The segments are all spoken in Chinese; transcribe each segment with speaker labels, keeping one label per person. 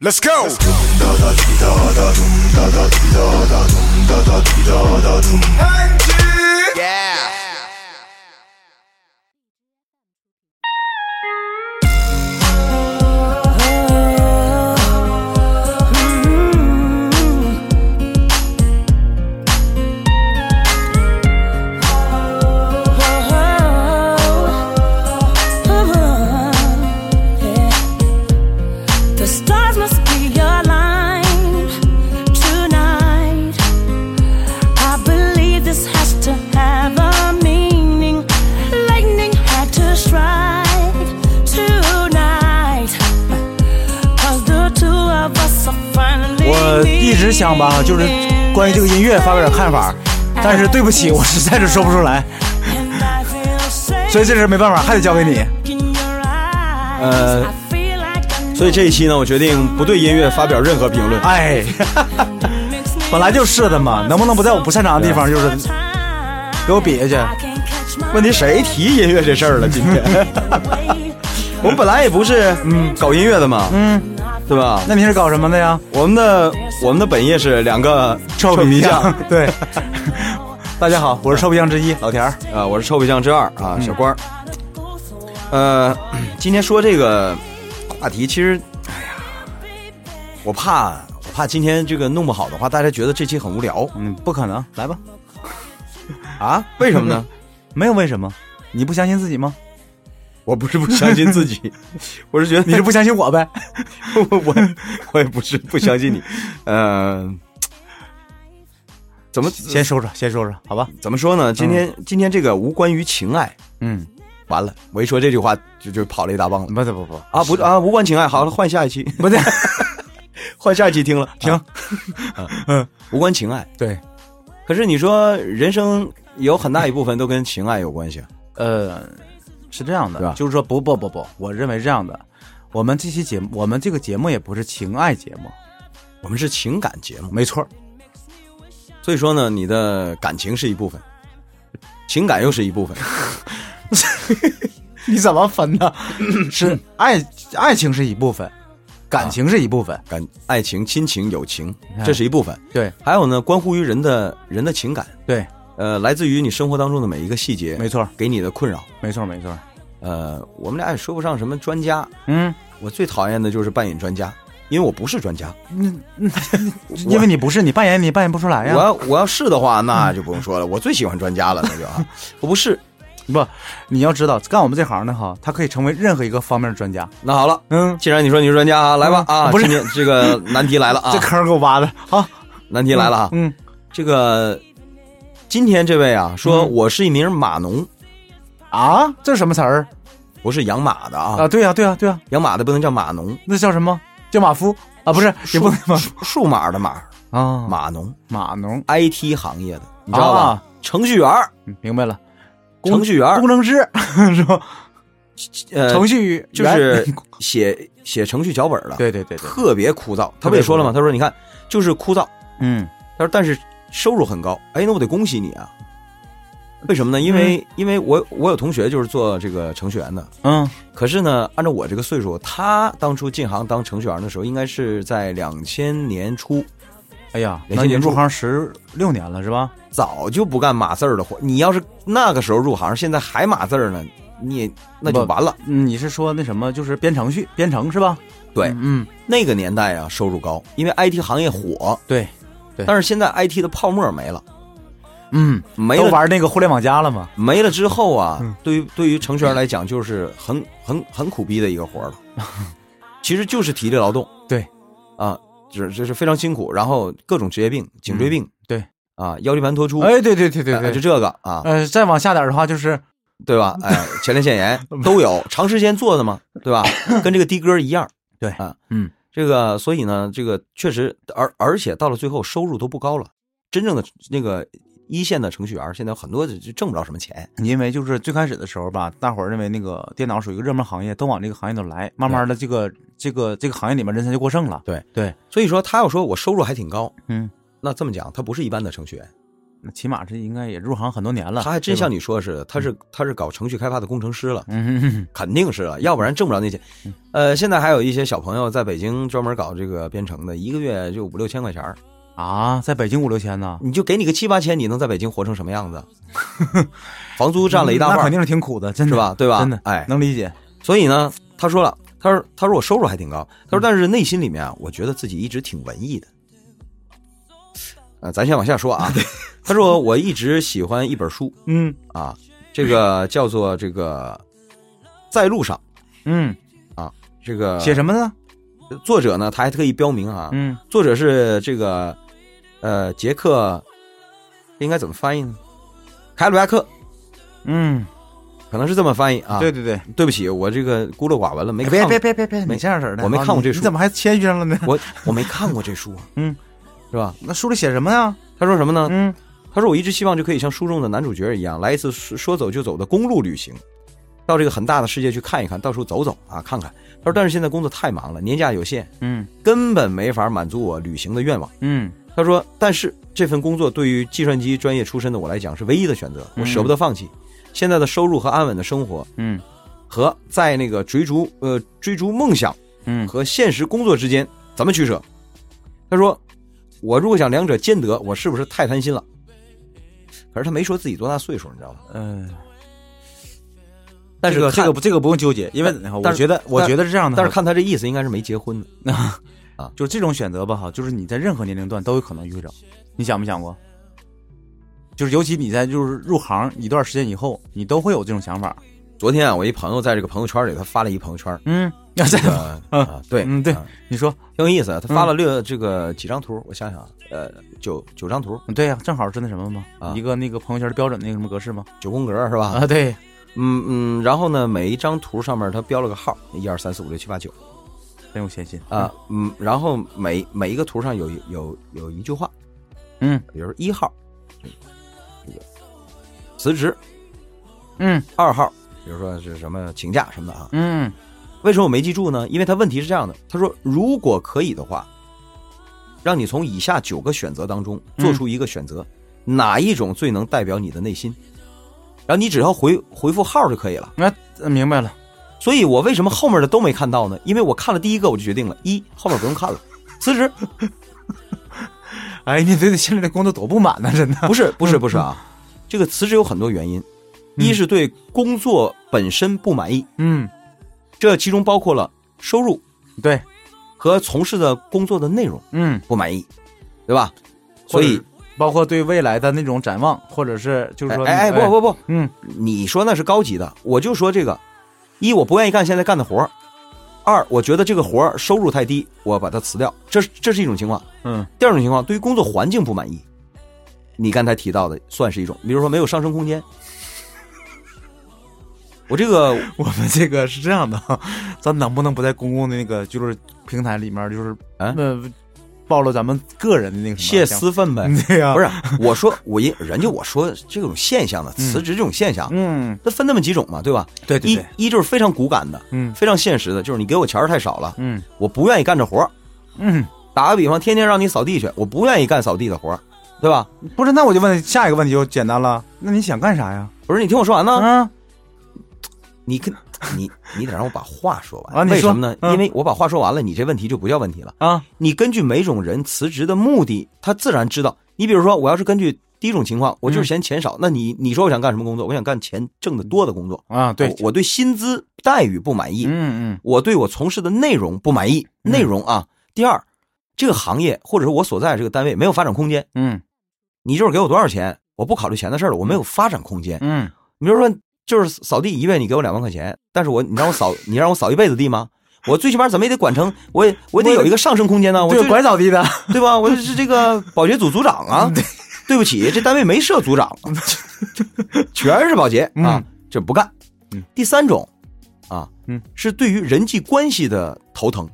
Speaker 1: Let's go. Yeah.
Speaker 2: 我一直想吧，就是关于这个音乐发表点看法，但是对不起，我实在是说不出来，所以这事没办法，还得交给你。
Speaker 3: 呃，所以这一期呢，我决定不对音乐发表任何评论。
Speaker 2: 哎，本来就是的嘛，能不能不在我不擅长的地方，就是给我瘪下去？
Speaker 3: 问题谁 提音乐这事儿了？今天我们本来也不是搞音乐的嘛，
Speaker 2: 嗯，
Speaker 3: 对吧？
Speaker 2: 那你是搞什么的呀？，
Speaker 3: 我们的我们的本业是两个臭皮匠，
Speaker 2: 对。大家好，我是臭皮匠之一老田儿。
Speaker 3: 啊，我是臭皮匠之二啊，小官儿。呃， 今天说这个话题，其实，哎呀，我怕我怕今天这个弄不好的话，大家觉得这期很无聊
Speaker 2: 嗯，不可能，来吧，
Speaker 3: 啊？为什么呢？
Speaker 2: 没有为什么，你不相信自己吗？
Speaker 3: 我不是不相信自己， 我是觉得
Speaker 2: 你是不相信我呗？
Speaker 3: 我我 我也不是不相信你，呃，怎么
Speaker 2: 先收着，先收着，好吧？
Speaker 3: 怎么说呢？今天、今天这个无关于情爱，
Speaker 2: 嗯，
Speaker 3: 完了，我一说这句话就就跑了一大棒子
Speaker 2: 不不不不
Speaker 3: 啊！不啊，无关情爱，好了，换下一期，
Speaker 2: 嗯 不对，
Speaker 3: 换下一期听 了，
Speaker 2: 停
Speaker 3: 啊，
Speaker 2: 嗯，
Speaker 3: 无关情爱。
Speaker 2: 对，
Speaker 3: 可是你说人生有很大一部分都跟情爱有关系啊，
Speaker 2: 呃，是这样
Speaker 3: 对
Speaker 2: 的
Speaker 3: 吧，
Speaker 2: 就是说不不不不，我认为是这样的，我们这期节目，我们这个节目也不是情爱节目，
Speaker 3: 我们是情感节目，
Speaker 2: 没错儿，
Speaker 3: 所以说呢，你的感情是一部分，情感又是一部 分，
Speaker 2: 你怎么分 呢？是爱爱情是一部分，感情是一部分，
Speaker 3: 感爱情、亲情、友情，
Speaker 2: 哎
Speaker 3: 这是一部分。
Speaker 2: 对
Speaker 3: 还有呢，关乎于人的人的情感，
Speaker 2: 对，
Speaker 3: 呃，来自于你生活当中的每一个细节，
Speaker 2: 没错儿，
Speaker 3: 给你的困扰。
Speaker 2: 没错儿，没错儿，
Speaker 3: 呃，我们俩也说不上什么专家，
Speaker 2: 嗯，
Speaker 3: 我最讨厌的就是扮演专家，因为我不是专家。
Speaker 2: 因为你不是你扮演你扮演不出来
Speaker 3: 我
Speaker 2: 哎呀，嗯
Speaker 3: 要我要是的话，那就不用说了，我最喜欢专家了，那就 啊，我不是。
Speaker 2: 不，你要知道，干我们这行的哈，他可以成为任何一个方面的专家。
Speaker 3: 那好了，
Speaker 2: 嗯，
Speaker 3: 既然你说你是专家啊，来吧
Speaker 2: 嗯
Speaker 3: 啊，
Speaker 2: 不是
Speaker 3: 今天这个难题来了啊
Speaker 2: 这，坑儿给我挖的啊！
Speaker 3: 难题来了啊，
Speaker 2: 嗯，
Speaker 3: 这个今天这位啊，说
Speaker 2: 嗯
Speaker 3: 我是一名码农，
Speaker 2: 啊，这是什么词儿
Speaker 3: 我是养马的啊
Speaker 2: 啊？，对呀、对呀、对呀、
Speaker 3: 养马的不能叫码农，
Speaker 2: 那叫什么？叫马夫啊？不是，也
Speaker 3: 数
Speaker 2: 不能马
Speaker 3: 数数码的码，
Speaker 2: 啊，
Speaker 3: 码农
Speaker 2: 马农，
Speaker 3: ，IT 行业的，你知道吧
Speaker 2: 啊？
Speaker 3: 程序员儿，
Speaker 2: 嗯明白了，工
Speaker 3: 程序员儿
Speaker 2: 工，程师是吧？
Speaker 3: 呃，
Speaker 2: 程序员
Speaker 3: 就是写写程序脚本的，，
Speaker 2: 对对 对对，
Speaker 3: 特别枯燥。他
Speaker 2: 特别
Speaker 3: 不也说了吗？
Speaker 2: 枯
Speaker 3: 他
Speaker 2: 燥
Speaker 3: 说，你看，就是枯燥。
Speaker 2: 嗯，
Speaker 3: 他说，但是收入很高。哎，那我得恭喜你啊！为什么呢？因为、因为我我有同学就是做这个程序员的，
Speaker 2: 嗯
Speaker 3: 可是呢，按照我这个岁数，他当初进行当程序员的时候，应该是在两千年初，
Speaker 2: 哎呀，
Speaker 3: 联系
Speaker 2: 那你
Speaker 3: 人
Speaker 2: 入
Speaker 3: 数
Speaker 2: 行十六年了是吧？
Speaker 3: 早就不干码字儿的活。你要是那个时候入行，现在还码字儿呢，你也那就
Speaker 2: 不
Speaker 3: 完了。
Speaker 2: 嗯，你是说那什么，就是编程序编程是吧？
Speaker 3: 对
Speaker 2: 嗯，嗯
Speaker 3: 那个年代啊，收入高，因为 IT 行业火，
Speaker 2: 对，对
Speaker 3: 但是现在 IT 的泡沫没了，
Speaker 2: 嗯，
Speaker 3: 没
Speaker 2: 都
Speaker 3: 了
Speaker 2: 玩那个互联网加了嘛？
Speaker 3: 没了之后啊，
Speaker 2: 嗯
Speaker 3: 对于对于程序员来讲，就是很很很苦逼的一个 活儿了，其实就是体力劳动，
Speaker 2: 对，
Speaker 3: 啊，这这是非常辛苦，然后各种职业病，颈椎病，
Speaker 2: 嗯对，
Speaker 3: 啊，腰椎盘突出，
Speaker 2: 哎，对对对对
Speaker 3: 哎
Speaker 2: 对，
Speaker 3: 就这个啊，
Speaker 2: 呃，再往下点的话就是，
Speaker 3: 对 吧？哎，前列腺炎都有，长时间坐的嘛，对吧？跟这个的哥一样，
Speaker 2: 对
Speaker 3: 啊，
Speaker 2: 嗯，
Speaker 3: 这个所以呢，这个确实，而而且到了最后收入都不高了，真正的那个一线的程序员现在有很多就就挣不着什么钱，
Speaker 2: 因为就是最开始的时候吧，大伙儿认为那个电脑属于一个热门行业，都往这个行业都来，慢慢的这个这个这个行业里面人才就过剩了。
Speaker 3: 对
Speaker 2: 对，
Speaker 3: 所以说他要说我收入还挺高，
Speaker 2: 嗯
Speaker 3: 那这么讲，他不是一般的程序员，
Speaker 2: 起码这应该也入行很多年了。
Speaker 3: 他还真像
Speaker 2: 你，
Speaker 3: 你说似的，他是他是搞程序开发的工程师了，
Speaker 2: 嗯哼哼，
Speaker 3: 肯定是了，要不然挣不着那钱。呃，现在还有一些小朋友在北京专门搞这个编程的，一个月就五六千块钱儿
Speaker 2: 啊，在北京五六千呢，
Speaker 3: 你就给你个七八千，你能在北京活成什么 样子？房租占了一大
Speaker 2: 嗯那
Speaker 3: 半
Speaker 2: 肯
Speaker 3: 儿，
Speaker 2: 定是挺苦的，真的
Speaker 3: 是吧对吧
Speaker 2: 真的，
Speaker 3: 哎
Speaker 2: 能理解。
Speaker 3: 所以呢，他说了，他说他说我收入还挺高，他
Speaker 2: 嗯
Speaker 3: 说但是内心里面啊，我觉得自己一直挺文艺的。呃，咱先往下说 啊。他说我一直喜欢一本书
Speaker 2: 嗯
Speaker 3: 啊，这个叫做这个在路上
Speaker 2: 嗯，
Speaker 3: 啊，这个
Speaker 2: 写什么呢？
Speaker 3: 作者呢，他还特意标明啊，
Speaker 2: 嗯，
Speaker 3: 作者是这个呃杰克，应该怎么翻译呢？凯鲁亚克
Speaker 2: 嗯，
Speaker 3: 可能是这么翻译啊。
Speaker 2: 对对对，
Speaker 3: 对不起，我这个孤陋寡闻了，没
Speaker 2: 哎
Speaker 3: 看
Speaker 2: 别
Speaker 3: 过
Speaker 2: 别别别别，
Speaker 3: 没
Speaker 2: 你这样式儿的，
Speaker 3: 我没
Speaker 2: 啊
Speaker 3: 看过
Speaker 2: 你
Speaker 3: 这书
Speaker 2: 你怎么还谦虚上了呢？
Speaker 3: 我我没看过这书啊，
Speaker 2: 嗯，
Speaker 3: 是吧？
Speaker 2: 那书里写什么呀？
Speaker 3: 他说什么呢？
Speaker 2: 嗯，
Speaker 3: 他说我一直希望就可以像书中的男主角一样，来一次说说走就走的公路旅行，到这个很大的世界去看一看，到处走走啊，看看。他说，但是现在工作太忙了，年假有限，
Speaker 2: 嗯
Speaker 3: 根本没法满足我旅行的愿望。
Speaker 2: 嗯，
Speaker 3: 他说，但是这份工作对于计算机专业出身的我来讲是唯一的选择，我舍不得放弃。现在的收入和安稳的生活，
Speaker 2: 嗯
Speaker 3: 和在那个追逐呃追逐梦想
Speaker 2: 嗯
Speaker 3: 和现实工作之间怎么取舍？他说：“我如果想两者兼得，我是不是太贪心了？”可是他没说自己多大岁数，你知道吗？
Speaker 2: 嗯，
Speaker 3: 但是
Speaker 2: 这个
Speaker 3: 看
Speaker 2: 这个不这个不用纠结，因为
Speaker 3: 但
Speaker 2: 我
Speaker 3: 但是
Speaker 2: 觉得嗯我
Speaker 3: 但
Speaker 2: 觉得是这样的，
Speaker 3: 但是看他这意思，应该是没结婚的。
Speaker 2: 就是这种选择吧，哈，就是你在任何年龄段都有可能遇着，你想没想过？就是尤其你在就是入行一段时间以后，你都会有这种想法。
Speaker 3: 昨天啊，我一朋友在这个朋友圈里，他发了一朋友圈，
Speaker 2: 嗯，要
Speaker 3: 这
Speaker 2: 这
Speaker 3: 个
Speaker 2: 样，
Speaker 3: 啊，对，
Speaker 2: 嗯对
Speaker 3: 啊
Speaker 2: 你说，
Speaker 3: 挺有意思啊。他发了六这个几张图，我想想啊，呃，九九张图，
Speaker 2: 嗯对呀、正好是那什么嘛，
Speaker 3: 啊
Speaker 2: 一个那个朋友圈的标准那个什么格式嘛。
Speaker 3: 九宫格是吧？
Speaker 2: 啊，对，
Speaker 3: 嗯嗯，然后呢，每一张图上面他标了个号，一二三四五六七八九
Speaker 2: 真有闲心。
Speaker 3: 啊，嗯，然后每每一个图上有一有有一句话，
Speaker 2: 嗯
Speaker 3: 比如说一号，嗯这个辞职；
Speaker 2: 嗯
Speaker 3: 二号，比如说是什么请假什么的啊。
Speaker 2: 嗯
Speaker 3: 为什么我没记住呢？因为他问题是这样的，他说如果可以的话，让你从以下九个选择当中做出一个选择，哪一种最能代表你的内心？然后你只要回回复号就可以了。
Speaker 2: 那、呃明白了。
Speaker 3: 所以我为什么后面的都没看到呢？因为我看了第一个我就决定了，一后面不用看了，辞职。
Speaker 2: 哎，你这心里的工作多不满呢、真 的。
Speaker 3: 不是不是不是啊，
Speaker 2: 嗯
Speaker 3: 这个辞职有很多原因，一是对工作本身不满意，
Speaker 2: 嗯，
Speaker 3: 这其中包括了收入
Speaker 2: 对，
Speaker 3: 和从事的工作的内容
Speaker 2: 嗯，
Speaker 3: 不满意，对吧？所
Speaker 2: 或
Speaker 3: 以
Speaker 2: 者，包括对未来的那种展望，或者是就是
Speaker 3: 哎
Speaker 2: 说，
Speaker 3: 哎哎不，不不，
Speaker 2: 嗯
Speaker 3: 你说那是高级的，我就说这个，一我不愿意干现在干的活儿，二我觉得这个活儿收入太低，我把它辞掉，这是这是一种情况。
Speaker 2: 嗯
Speaker 3: 第二种情况，对于工作环境不满意，你刚才提到的算是一种，比如说没有上升空间。我这个
Speaker 2: 我们这个是这样的，咱能不能不在公共的那个就是平台里面，就是
Speaker 3: 啊
Speaker 2: 呃，暴露咱们个人的那个什
Speaker 3: 泄
Speaker 2: 么？啊
Speaker 3: 私愤呗，
Speaker 2: 对呀、
Speaker 3: 不是，我说我一人家我说这种现象呢，辞职这种现象，
Speaker 2: 嗯，
Speaker 3: 它分那么几种嘛，对吧？
Speaker 2: 对对对，
Speaker 3: 一一就是非常骨感的，
Speaker 2: 嗯
Speaker 3: 非常现实的，就是你给我钱儿太少了，
Speaker 2: 嗯
Speaker 3: 我不愿意干这活儿。
Speaker 2: 嗯，
Speaker 3: 打个比方，天天让你扫地去，我不愿意干扫地的活儿，对吧？
Speaker 2: 不是，那我就问下一个问题就简单了，那你想干啥呀？
Speaker 3: 不是，你听我说完呢，
Speaker 2: 啊，
Speaker 3: 你跟你你得让我把话说完，
Speaker 2: 啊你
Speaker 3: 为
Speaker 2: 说
Speaker 3: 什么呢？
Speaker 2: 嗯
Speaker 3: 因为我把话说完了，你这问题就不叫问题了。
Speaker 2: 啊，
Speaker 3: 你根据每种人辞职的目的，他自然知道。你比如说，我要是根据第一种情况，
Speaker 2: 嗯
Speaker 3: 我就是嫌钱少，那你你说我想干什么工作？我想干钱挣得多的工作。
Speaker 2: 啊，对，
Speaker 3: 我我对薪资待遇不满意，
Speaker 2: 嗯嗯
Speaker 3: 我对我从事的内容不满意。
Speaker 2: 嗯
Speaker 3: 内容啊，第二，这个行业或者是我所在这个单位没有发展空间。
Speaker 2: 嗯
Speaker 3: 你就是给我多少钱，我不考虑钱的事儿了，我没有发展空间。
Speaker 2: 嗯，
Speaker 3: 你比如说，就是扫地一月你给我两万块钱，但是我你让我扫，你让我扫一辈子地吗？我最起码怎么也得管成，我也我得有一个上升空间呢。我
Speaker 2: 对
Speaker 3: 就，
Speaker 2: 管扫地的，嗯
Speaker 3: 对吧？我是这个保洁组组长啊。对，不起，这单位没设组长， 全是保洁啊
Speaker 2: 嗯，
Speaker 3: 这不干
Speaker 2: 嗯。
Speaker 3: 第三种，啊，
Speaker 2: 嗯
Speaker 3: 是对于人际关系的头疼，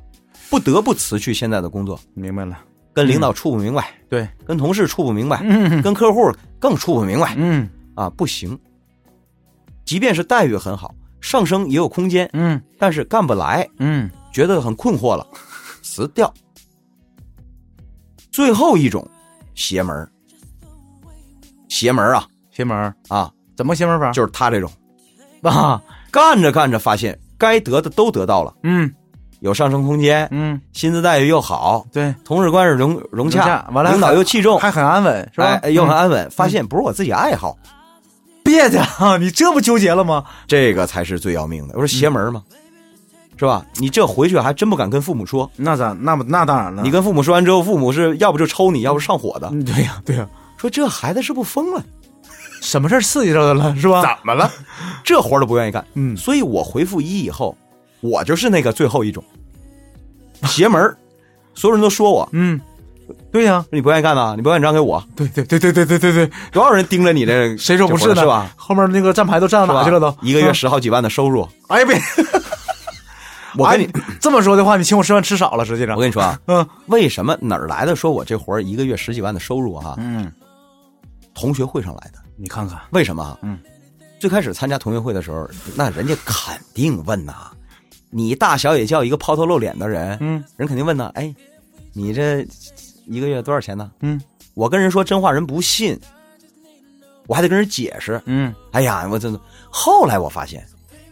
Speaker 3: 不得不辞去现在的工作，
Speaker 2: 明白了，
Speaker 3: 跟领导处不明白，
Speaker 2: 对，
Speaker 3: 跟同事处不明白，
Speaker 2: 嗯
Speaker 3: 跟客户更处不明白
Speaker 2: 嗯
Speaker 3: 啊，不行。即便是待遇很好，上升也有空间，
Speaker 2: 嗯
Speaker 3: 但是干不来，
Speaker 2: 嗯，
Speaker 3: 觉得很困惑了，辞掉。最后一种邪门儿邪门啊
Speaker 2: 邪门儿
Speaker 3: 啊，
Speaker 2: 怎么邪门法？
Speaker 3: 就是他这种，
Speaker 2: 啊，
Speaker 3: 干着干着发现该得的都得到了，
Speaker 2: 嗯
Speaker 3: 有上升空间，
Speaker 2: 嗯，
Speaker 3: 薪资待遇又好，
Speaker 2: 对，
Speaker 3: 同事关系融融
Speaker 2: 融
Speaker 3: 洽
Speaker 2: 洽，完了
Speaker 3: 领导又器重，
Speaker 2: 还很安稳是吧？
Speaker 3: 哎，又很
Speaker 2: 嗯
Speaker 3: 安稳。发现不是我自己爱好，
Speaker 2: 别的啊，你这不纠结了吗？
Speaker 3: 这个才是最要命的。我说邪门嘛，
Speaker 2: 嗯
Speaker 3: 是吧？你这回去还真不敢跟父母说。
Speaker 2: 那咋那不那当然了，
Speaker 3: 你跟父母说完之后，父母是要不就抽你，要不上火的。
Speaker 2: 啊嗯对呀对呀，
Speaker 3: 说这孩子是不是疯了？
Speaker 2: 什么事儿刺激着他了是吧？
Speaker 3: 怎么了？这活儿都不愿意干。
Speaker 2: 嗯
Speaker 3: 所以我回复一以后，我就是那个最后一种，邪门儿所有人都说我，
Speaker 2: 嗯，对呀，
Speaker 3: 说你不愿意干呐，你不愿意让给我。
Speaker 2: 对对对对对对对对，
Speaker 3: 多少人盯着你这，
Speaker 2: 谁说不
Speaker 3: 这
Speaker 2: 是
Speaker 3: 活儿
Speaker 2: 呢？
Speaker 3: 是吧？？
Speaker 2: 后面那个站牌都站到哪去了都？
Speaker 3: 一个月
Speaker 2: 嗯
Speaker 3: 十好几万的收入，
Speaker 2: 哎呀别，
Speaker 3: 我跟你，
Speaker 2: 哎这么说的话，你请我吃饭吃少了，实际上
Speaker 3: 我跟你说啊，
Speaker 2: 嗯
Speaker 3: 为什么哪儿来的说我这活儿一个月十几万的收入哈、
Speaker 2: 嗯，
Speaker 3: 同学会上来的，
Speaker 2: 你看看，
Speaker 3: 为什么啊？
Speaker 2: 嗯，
Speaker 3: 最开始参加同学会的时候，那人家肯定问呐、你大小也叫一个抛头露脸的人，
Speaker 2: 嗯
Speaker 3: 人肯定问呐，哎，你这一个月多少钱呢？
Speaker 2: 嗯
Speaker 3: 我跟人说真话，人不信，我还得跟人解释。
Speaker 2: 嗯，
Speaker 3: 哎呀，我真的。后来我发现，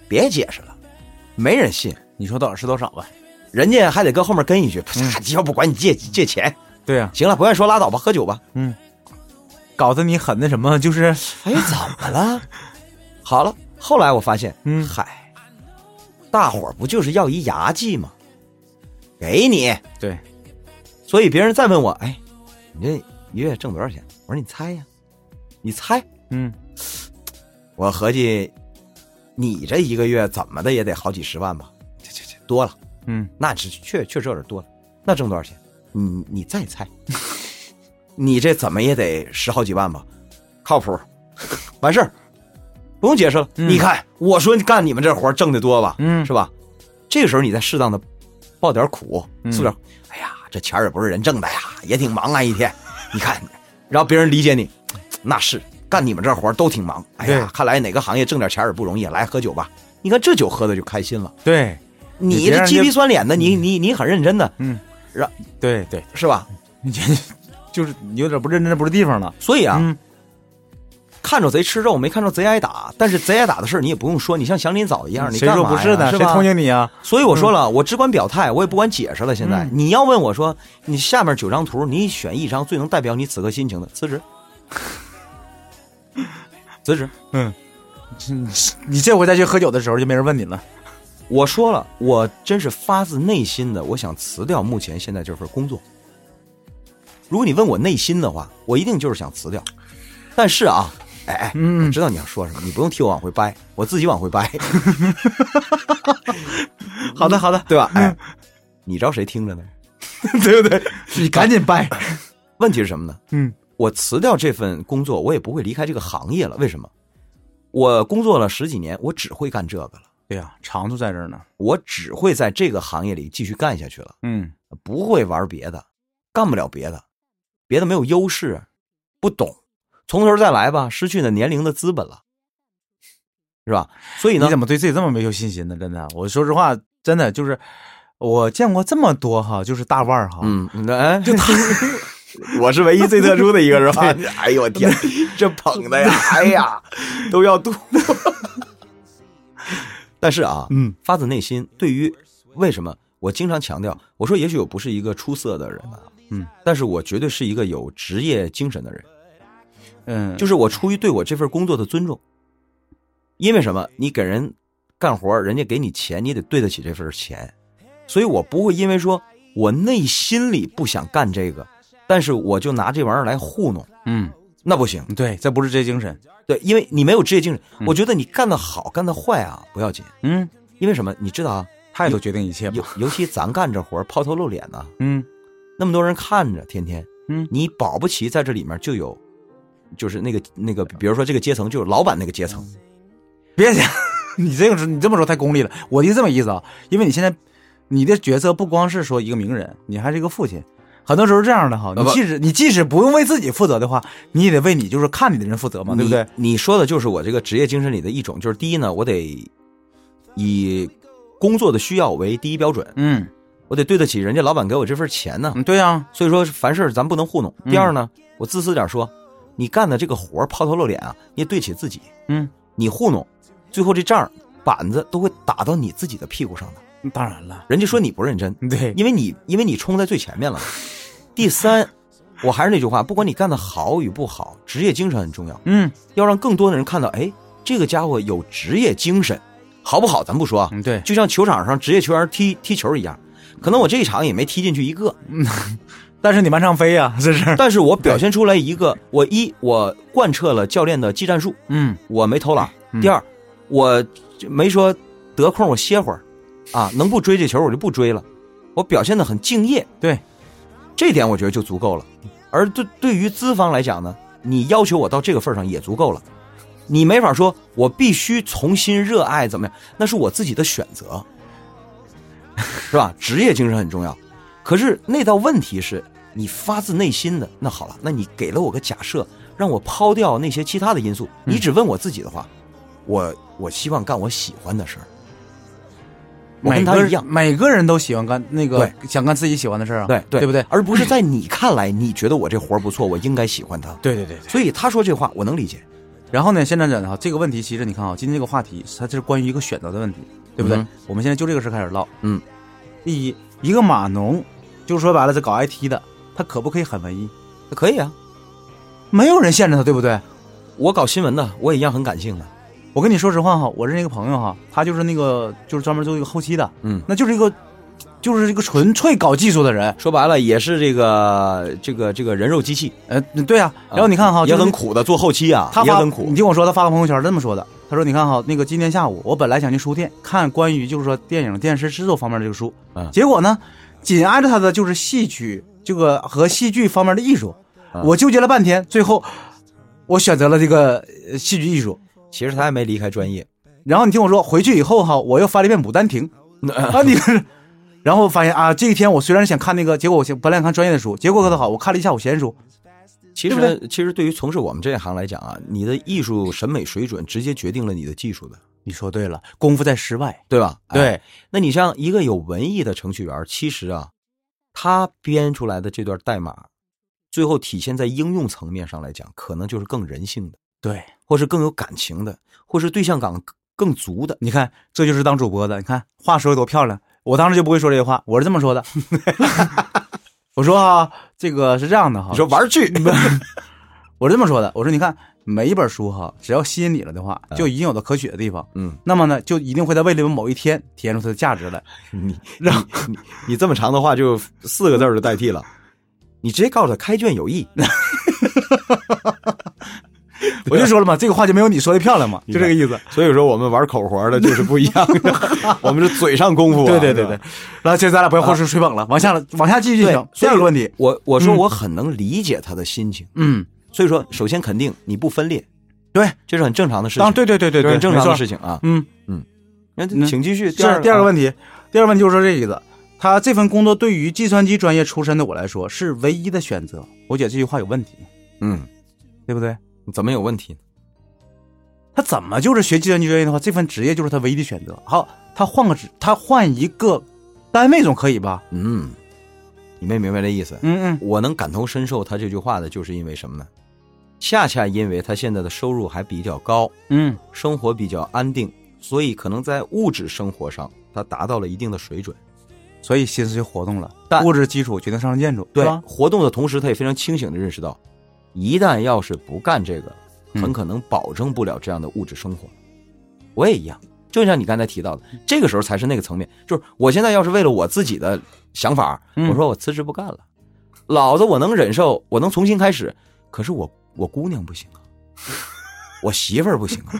Speaker 3: 别解释了，没人信，
Speaker 2: 你说到底是多少吧？
Speaker 3: 人家还得跟后面跟一句，
Speaker 2: 嗯
Speaker 3: 要不 管你借借钱，
Speaker 2: 对呀，
Speaker 3: 行了，不愿意说拉倒吧，喝酒吧。
Speaker 2: 嗯，搞得你很那什么，就是
Speaker 3: 哎，怎么了？ 好了，后来我发现，
Speaker 2: 嗯
Speaker 3: 嗨，大伙儿不就是要一牙祭吗？给你，
Speaker 2: 对，
Speaker 3: 所以别人再问我，哎，你这一月挣多少钱？我说你猜呀，你猜。
Speaker 2: 嗯
Speaker 3: 我合计，你这一个月怎么的也得好几十万吧？这这这多了，
Speaker 2: 嗯
Speaker 3: 那只确确实有点多了。那挣多少钱？你你再猜， 你这怎么也得十好几万吧？靠谱，完事儿，不用解释了。
Speaker 2: 嗯
Speaker 3: 你看，我说干你们这活儿挣得多吧？
Speaker 2: 嗯
Speaker 3: 是吧？这个时候你再适当的爆点苦，
Speaker 2: 嗯
Speaker 3: 塑点，哎呀，这钱儿也不是人挣的呀，也挺忙啊一天。你看，让别人理解你，那是干你们这活儿都挺忙。哎呀
Speaker 2: 对，
Speaker 3: 看来哪个行业挣点钱儿也不容易，来喝酒吧。你看这酒喝的就开心了，
Speaker 2: 对
Speaker 3: 你
Speaker 2: 别让
Speaker 3: 这
Speaker 2: 人
Speaker 3: 鸡
Speaker 2: 家
Speaker 3: 皮酸脸的，你你你很认真的，
Speaker 2: 嗯
Speaker 3: 让
Speaker 2: 对对，
Speaker 3: 是吧？
Speaker 2: 你这就是你有点不认真，这不是地方了
Speaker 3: 所以啊，
Speaker 2: 嗯
Speaker 3: 看着贼吃肉，没看着贼挨打。但是贼挨打的事儿你也不用说，你像祥林嫂一样，你
Speaker 2: 谁
Speaker 3: 干
Speaker 2: 说
Speaker 3: 嘛
Speaker 2: 不
Speaker 3: 呀
Speaker 2: 是呢？
Speaker 3: 是
Speaker 2: 谁
Speaker 3: 吧
Speaker 2: 同情你啊？
Speaker 3: 所以我说了，我只管表态，我也不管解释了。现在、
Speaker 2: 嗯
Speaker 3: 你要问我说，你下面九张图，你选一张最能代表你此刻心情的，辞职， 辞职。
Speaker 2: 嗯，你你这回再去喝酒的时候就没人问你了。
Speaker 3: 我说了，我真是发自内心的，我想辞掉目前现在这份工作。如果你问我内心的话，我一定就是想辞掉。但是啊，哎哎，
Speaker 2: 嗯
Speaker 3: 我知道你要说什么，你不用替我往回掰，我自己往回掰。
Speaker 2: 好的好嗯的，
Speaker 3: 对吧？哎，你知道谁听着呢？
Speaker 2: 对不对？ 你赶紧掰。
Speaker 3: 问题是什么呢？
Speaker 2: 嗯
Speaker 3: 我辞掉这份工作，我也不会离开这个行业了。为什么？我工作了十几年，我只会干这个了，
Speaker 2: 对呀，长处在这儿呢。
Speaker 3: 我只会在这个行业里继续干下去了，
Speaker 2: 嗯
Speaker 3: 不会玩别的，干不了别的，别的没有优势，啊不懂，从头再来吧，失去了年龄的资本了，是吧？所以呢
Speaker 2: 你，怎么对自己这么没有信心呢？真的，我说实话，真的就是我见过这么多哈，就是大腕儿哈，
Speaker 3: 嗯，那 哎，就他， 我是唯一最特殊的一个，是吧？哎呦我天，这捧 的呀，哎呀，都要吐。 但是啊，
Speaker 2: 嗯，
Speaker 3: 发自内心，对于为什么我经常强调，我说也许我不是一个出色的人啊，
Speaker 2: 嗯，
Speaker 3: 但是我绝对是一个有职业精神的人，
Speaker 2: 嗯，
Speaker 3: 就是我出于对我这份工作的尊重。因为什么？你给人干活，人家给你钱，你得对得起这份钱，所以我不会因为说我内心里不想干这个，但是我就拿这玩意儿来糊弄，
Speaker 2: 嗯，
Speaker 3: 那不行。
Speaker 2: 对，这不是职业精神。
Speaker 3: 对，因为你没有职业精神。我觉得你干得好，干得坏啊不要紧，
Speaker 2: 嗯，
Speaker 3: 因为什么？你知道啊，
Speaker 2: 态度决定一切
Speaker 3: 尤
Speaker 2: 吧。
Speaker 3: 尤其咱干这活儿抛头露脸呢、
Speaker 2: 嗯
Speaker 3: 那么多人看着，天天，
Speaker 2: 嗯
Speaker 3: 你保不齐在这里面就有，就是那个那个，比如说这个阶层就有老板那个阶层，
Speaker 2: 别讲， 你这个是你这么说太功利了。我的意思这么意思啊，因为你现在你的角色不光是说一个名人，你还是一个父亲。很多时候是这样的哈，你
Speaker 3: 不
Speaker 2: 即使你即使啊不用为自己负责的话，你也得为你就是看你的人负责嘛，对不对？
Speaker 3: 你？你说的就是我这个职业精神里的一种，就是第一呢，我得以工作的需要为第一标准，
Speaker 2: 嗯，
Speaker 3: 我得对得起人家老板给我这份钱呢。
Speaker 2: 嗯对呀、嗯
Speaker 3: 所以说，凡事咱不能糊弄。第二呢，我自私点说，你干的这个活儿抛头露脸啊，你也对不起自己，
Speaker 2: 嗯，
Speaker 3: 你糊弄，最后这账儿板子都会打到你自己的屁股上的。
Speaker 2: 当然了，
Speaker 3: 人家说你不认真，
Speaker 2: 对，
Speaker 3: 因为你因为你冲在最前面了。第三，我还是那句话，不管你干的好与不好，职业精神很重要，
Speaker 2: 嗯
Speaker 3: 要让更多的人看到，哎，这个家伙有职业精神，好不好咱不说啊，
Speaker 2: 嗯，对，
Speaker 3: 就像球场上职业球员踢踢球一样，可能我这一场也没踢进去一个，
Speaker 2: 但是你满场飞呀、这是，
Speaker 3: 但是我表现出来一个，我一我贯彻了教练的技战术，
Speaker 2: 嗯
Speaker 3: 我没偷懒；
Speaker 2: 嗯
Speaker 3: 第二，我没说得空我歇会儿，啊，能不追这球我就不追了，我表现的很敬业，
Speaker 2: 对，
Speaker 3: 这点我觉得就足够了。而对对于资方来讲呢，你要求我到这个份儿上也足够了，你没法说我必须重新热爱怎么样，那是我自己的选择， 是吧？职业精神很重要，可是那道问题是你发自内心的。那好了，那你给了我个假设，让我抛掉那些其他的因素，
Speaker 2: 嗯
Speaker 3: 你只问我自己的话，我我希望干我喜欢的事儿，我
Speaker 2: 每
Speaker 3: 跟他
Speaker 2: 个
Speaker 3: 一样。
Speaker 2: 每个人都喜欢干那个想干自己喜欢的事儿啊，
Speaker 3: 对
Speaker 2: 对，不对？
Speaker 3: 而不是在你看来，你觉得我这活儿不错，我应该喜欢他。
Speaker 2: 对对对对。
Speaker 3: 所以他说这话，我能理解。
Speaker 2: 然后呢，现在讲的哈，这个问题其实你看啊，今天这个话题它是关于一个选择的问题，对不对？
Speaker 3: 嗯
Speaker 2: 我们现在就这个事儿开始唠。
Speaker 3: 嗯，
Speaker 2: 第一，一个码农，就说白了，这搞 IT 的，他可不可以很文艺？
Speaker 3: 可以啊，
Speaker 2: 没有人限制他，对不对？
Speaker 3: 我搞新闻的，我也一样很感性的。
Speaker 2: 我跟你说实话哈，我认识一个朋友哈，他就是那个就是专门做一个后期的，
Speaker 3: 嗯
Speaker 2: 那就是一个就是一个纯粹搞技术的人。
Speaker 3: 说白了，也是这个这个这个人肉机器。
Speaker 2: 呃，对啊。然后你看哈，
Speaker 3: 也
Speaker 2: 就是
Speaker 3: 很苦的，做后期啊，
Speaker 2: 他
Speaker 3: 也
Speaker 2: 发
Speaker 3: 很苦
Speaker 2: 你。听我说，他发个朋友圈这么说的，他说：“你看哈，那个今天下午我本来想去书店看关于就是说电影、电视制作方面的这个书，
Speaker 3: 嗯
Speaker 2: 结果呢，紧挨着他的就是戏曲这个和戏剧方面的艺术，
Speaker 3: 嗯
Speaker 2: 我纠结了半天，最后我选择了这个呃戏剧艺术。
Speaker 3: 其实他也没离开专业，
Speaker 2: 然后你听我说，回去以后哈，我又翻了一遍《牡丹亭》
Speaker 3: 嗯
Speaker 2: 啊，你， 然后发现啊，这一天我虽然想看那个，结果我想本来想看专业的书，结果可好，我看了一下午闲书，
Speaker 3: 其实
Speaker 2: 对
Speaker 3: 其实对于从事我们这一行来讲啊，你的艺术审美水准直接决定了你的技术的，
Speaker 2: 你说对了，功夫在诗外，
Speaker 3: 对吧？哎
Speaker 2: 对。
Speaker 3: 那你像一个有文艺的程序员，其实啊，他编出来的这段代码，最后体现在应用层面上来讲，可能就是更人性的，
Speaker 2: 对。”
Speaker 3: 或是更有感情的，或是对象感更足的。
Speaker 2: 你看，这就是当主播的。你看话说的多漂亮，我当时就不会说这些话，我是这么说的。 我说啊，这个是这样的哈，
Speaker 3: 玩 去，
Speaker 2: 我是这么说的。我说你看，每一本书哈，只要吸引你了的话，就已经有了可取的地方。
Speaker 3: 啊嗯，
Speaker 2: 那么呢，就一定会在未来的某一天体现出它的价 值来。
Speaker 3: 你
Speaker 2: 然后
Speaker 3: 你你这么长的话就四个字儿就代替了，你直接告诉他开卷有益。
Speaker 2: 我就说了嘛，这个话就没有你说的漂亮嘛，就这个意思。
Speaker 3: 所以说我们玩口活的就是不一样 的，我们是嘴上功夫、啊。
Speaker 2: 对对对
Speaker 3: 是
Speaker 2: 对
Speaker 3: 吧，，啊
Speaker 2: 然后这咱俩不要胡说吹捧了，往下了，往下继续
Speaker 3: 对
Speaker 2: 讲。第二个问题，
Speaker 3: 我我说我很能理解他的心情，
Speaker 2: 嗯，
Speaker 3: 所以说首先肯定你不分裂，
Speaker 2: 对，
Speaker 3: 这是很正常的事
Speaker 2: 当
Speaker 3: 情，
Speaker 2: 对对对对
Speaker 3: 这是
Speaker 2: 对，
Speaker 3: 很正常
Speaker 2: 没
Speaker 3: 的
Speaker 2: 错
Speaker 3: 事情啊。
Speaker 2: 嗯。
Speaker 3: 那
Speaker 2: 嗯
Speaker 3: 请继续，啊
Speaker 2: 这是第二个
Speaker 3: 问
Speaker 2: 问题，第二个问题就是说这意思。他这份工作对于计算机专业出身的我来说是唯一的选择。我觉得这句话有问题，
Speaker 3: 嗯，
Speaker 2: 对不对？
Speaker 3: 怎么有问题呢？
Speaker 2: 他怎么就是学计算机专业的话，这份职业就是他唯一的选择？好，他换个职，他换一个单位总可以吧？
Speaker 3: 嗯，你没明白这意思？
Speaker 2: 嗯嗯，
Speaker 3: 我能感同身受他这句话的，就是因为什么呢？恰恰因为他现在的收入还比较高，
Speaker 2: 嗯，
Speaker 3: 生活比较安定，所以可能在物质生活上他达到了一定的水准。
Speaker 2: 所以心思就活动了。
Speaker 3: 但
Speaker 2: 物质基础决定上层建筑，
Speaker 3: 对
Speaker 2: 吧？
Speaker 3: 活动的同时，他也非常清醒的认识到，一旦要是不干这个，
Speaker 2: 嗯
Speaker 3: 很可能保证不了这样的物质生活。我也一样，就像你刚才提到的，这个时候才是那个层面，就是我现在要是为了我自己的想法，
Speaker 2: 嗯
Speaker 3: 我说我辞职不干了，老子我能忍受，我能重新开始，可是我我姑娘不行啊，我媳妇儿不行啊，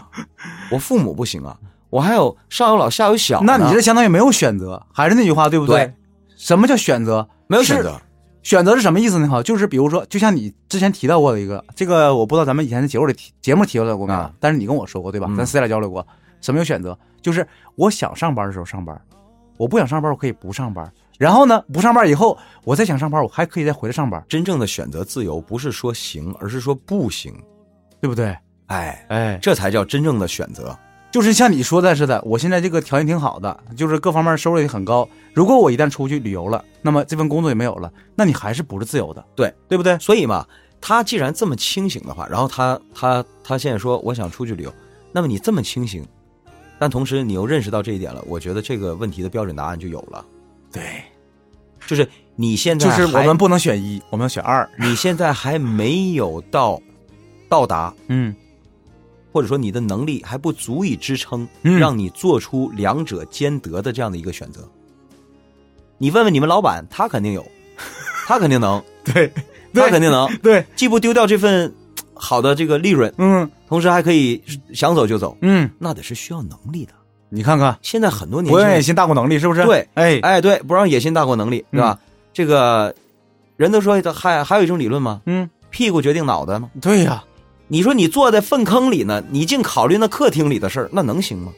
Speaker 3: 我父母不行啊，我还有上有老下有小呢，
Speaker 2: 那你这相当于没有选择，还是那句话，对不
Speaker 3: 对
Speaker 2: 什么叫选择？
Speaker 3: 没有选择，
Speaker 2: 选择是什么意思呢？哈，就是比如说，就像你之前提到过的一个，这个我不知道咱们以前的节目里提节目提到过没有，
Speaker 3: 啊
Speaker 2: 但是你跟我说过对吧？
Speaker 3: 嗯
Speaker 2: 咱私下里交流过，什么叫选择？就是我想上班的时候上班，我不想上班我可以不上班，然后呢，不上班以后我再想上班，我还可以再回来上班，
Speaker 3: 真正的选择自由不是说行，而是说不行，
Speaker 2: 对不对？
Speaker 3: 哎。
Speaker 2: 哎，
Speaker 3: 这才叫真正的选择。
Speaker 2: 就是像你说的似的，我现在这个条件挺好的，就是各方面收入也很高。如果我一旦出去旅游了，那么这份工作也没有了，那你还是不是自由的，
Speaker 3: 对
Speaker 2: 对不对？
Speaker 3: 所以嘛，他既然这么清醒的话，然后他他他现在说我想出去旅游，那么你这么清醒，但同时你又认识到这一点了，我觉得这个问题的标准答案就有了，
Speaker 2: 对，
Speaker 3: 就是你现在
Speaker 2: 就是我
Speaker 3: 还
Speaker 2: 们不能选一，我们要选二。
Speaker 3: 你现在还没有到到达，
Speaker 2: 嗯，
Speaker 3: 或者说你的能力还不足以支撑，
Speaker 2: 嗯
Speaker 3: 让你做出两者兼得的这样的一个选择。你问问你们老板，他肯定有，他肯定能，
Speaker 2: 对，
Speaker 3: 他肯定能，
Speaker 2: 对，
Speaker 3: 既不丢掉这份嘖好的这个利润，
Speaker 2: 嗯
Speaker 3: 同时还可以想走就走，
Speaker 2: 嗯，
Speaker 3: 那得是需要能力的。
Speaker 2: 你看看，
Speaker 3: 现在很多年
Speaker 2: 不
Speaker 3: 轻
Speaker 2: 让野
Speaker 3: 人，
Speaker 2: 心大过能力，是不是？
Speaker 3: 对
Speaker 2: 哎，
Speaker 3: 哎，对，不让野心大过能力，对吧？这个人都说还还有一种理论吗？
Speaker 2: 嗯，
Speaker 3: 屁股决定脑袋吗？
Speaker 2: 对呀，
Speaker 3: 你说你坐在粪坑里呢，你净考虑那客厅里的事儿，那能行吗？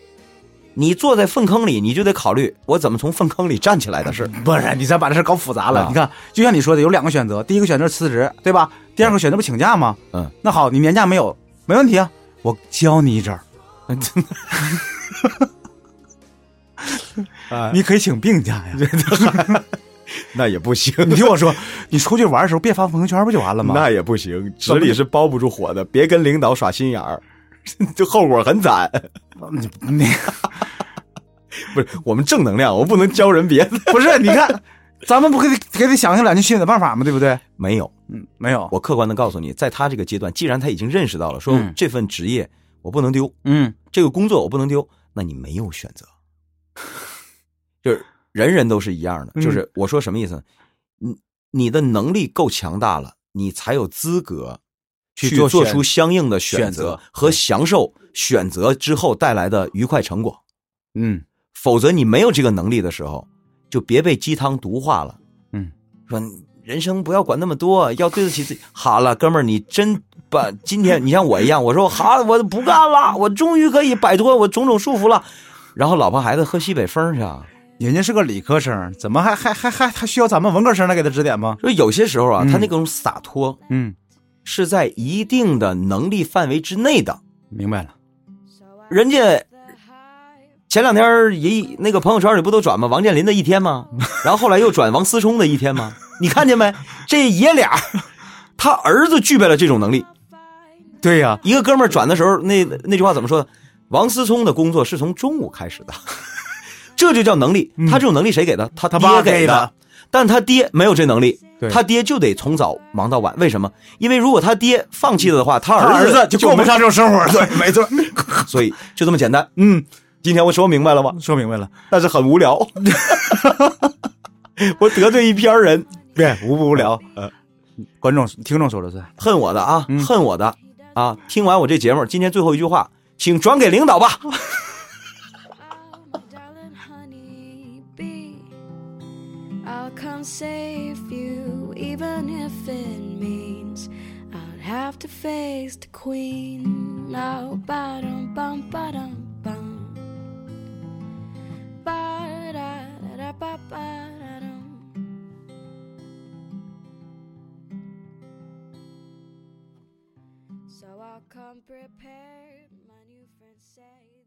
Speaker 3: 你坐在粪坑里，你就得考虑我怎么从粪坑里站起来的事儿。
Speaker 2: 不是，你咱把这事儿搞复杂了。
Speaker 3: 啊
Speaker 2: 你看，就像你说的，有两个选择，第一个选择是辞职，对吧？第二个选择不请假吗？
Speaker 3: 嗯，
Speaker 2: 那好，你年假没有，没问题啊，我教你一 招，你可以请病假 呀。
Speaker 3: 那也不 行，
Speaker 2: 你听我说，你出去玩的时候别发朋友圈，不就完了吗？
Speaker 3: 也不行，
Speaker 2: 纸里
Speaker 3: 是包不住火的，别跟领导耍心眼儿， 这后果很惨。
Speaker 2: 那
Speaker 3: 不是我们正能量，我不能教人别的。
Speaker 2: 不是，你看，咱们不给给他想想两句新的办法吗？对不对？
Speaker 3: 没有，
Speaker 2: 嗯，没有，
Speaker 3: 我客观的告诉你，在他这个阶段，既然他已经认识到了，说
Speaker 2: 嗯
Speaker 3: 这份职业我不能丢，
Speaker 2: 嗯，
Speaker 3: 这个工作我不能丢，那你没有选择， 就是人人都是一样的。
Speaker 2: 嗯
Speaker 3: 就是我说什么意思呢？你你的能力够强大了，你才有资格
Speaker 2: 去
Speaker 3: 去
Speaker 2: 做
Speaker 3: 做
Speaker 2: 选
Speaker 3: 出相应的选
Speaker 2: 选
Speaker 3: 择
Speaker 2: 择
Speaker 3: 和享受选择之后带来的愉快成果。
Speaker 2: 嗯，
Speaker 3: 否则你没有这个能力的时候，就别被鸡汤毒化了。
Speaker 2: 嗯，
Speaker 3: 说你人生不要管那么多，要对得起自己。好了，哥们儿，你真把今天你像我一样，我说好，我不干了，我终于可以摆脱我种种束缚了。然后老婆孩子喝西北风去啊。
Speaker 2: 人家是个理科生，怎么还还还还还需要咱们文科生来给他指点吗？
Speaker 3: 说有些时候啊，
Speaker 2: 嗯
Speaker 3: 他那种洒脱
Speaker 2: 嗯，
Speaker 3: 是在一定的能力范围之内的。
Speaker 2: 明白了，
Speaker 3: 人家前两天儿也那个朋友圈里不都转吗？王健林的一天 吗？然后后来又转王思聪的一天吗？你看见 没？这爷俩儿，他儿子具备了这种能力。
Speaker 2: 对呀、
Speaker 3: 一个哥们儿转的时候，那那句话怎么说的？王思聪的工作是从中午开始的， 这就叫能力。他这种能力谁给的？嗯他
Speaker 2: 他
Speaker 3: 爹
Speaker 2: 爸
Speaker 3: 给
Speaker 2: 给的
Speaker 3: 但他爹没有这能力
Speaker 2: 对，
Speaker 3: 他爹就得从早忙到晚。为什么？因为如果他爹放弃了的嗯话，他
Speaker 2: 他
Speaker 3: 儿
Speaker 2: 儿子就过不
Speaker 3: 没
Speaker 2: 上这种生活， 对，没错，
Speaker 3: 所以就这么简单。
Speaker 2: 嗯，
Speaker 3: 今天我说明白了吗？
Speaker 2: 说明白了，
Speaker 3: 但是很无聊。 我得罪一片人，
Speaker 2: 对，无不无聊，呃观众听众说了算，
Speaker 3: 恨我的啊，恨我的啊！听完我这节目，今天最后一句话，请转给领导吧。
Speaker 4: Oh, darling honey bee. I'll come save you, even if it means I'll have to face the queen. Now, ba dum bum ba dum bum. Ba da da ba ba da dum. So I'll come prepared, my new friend says.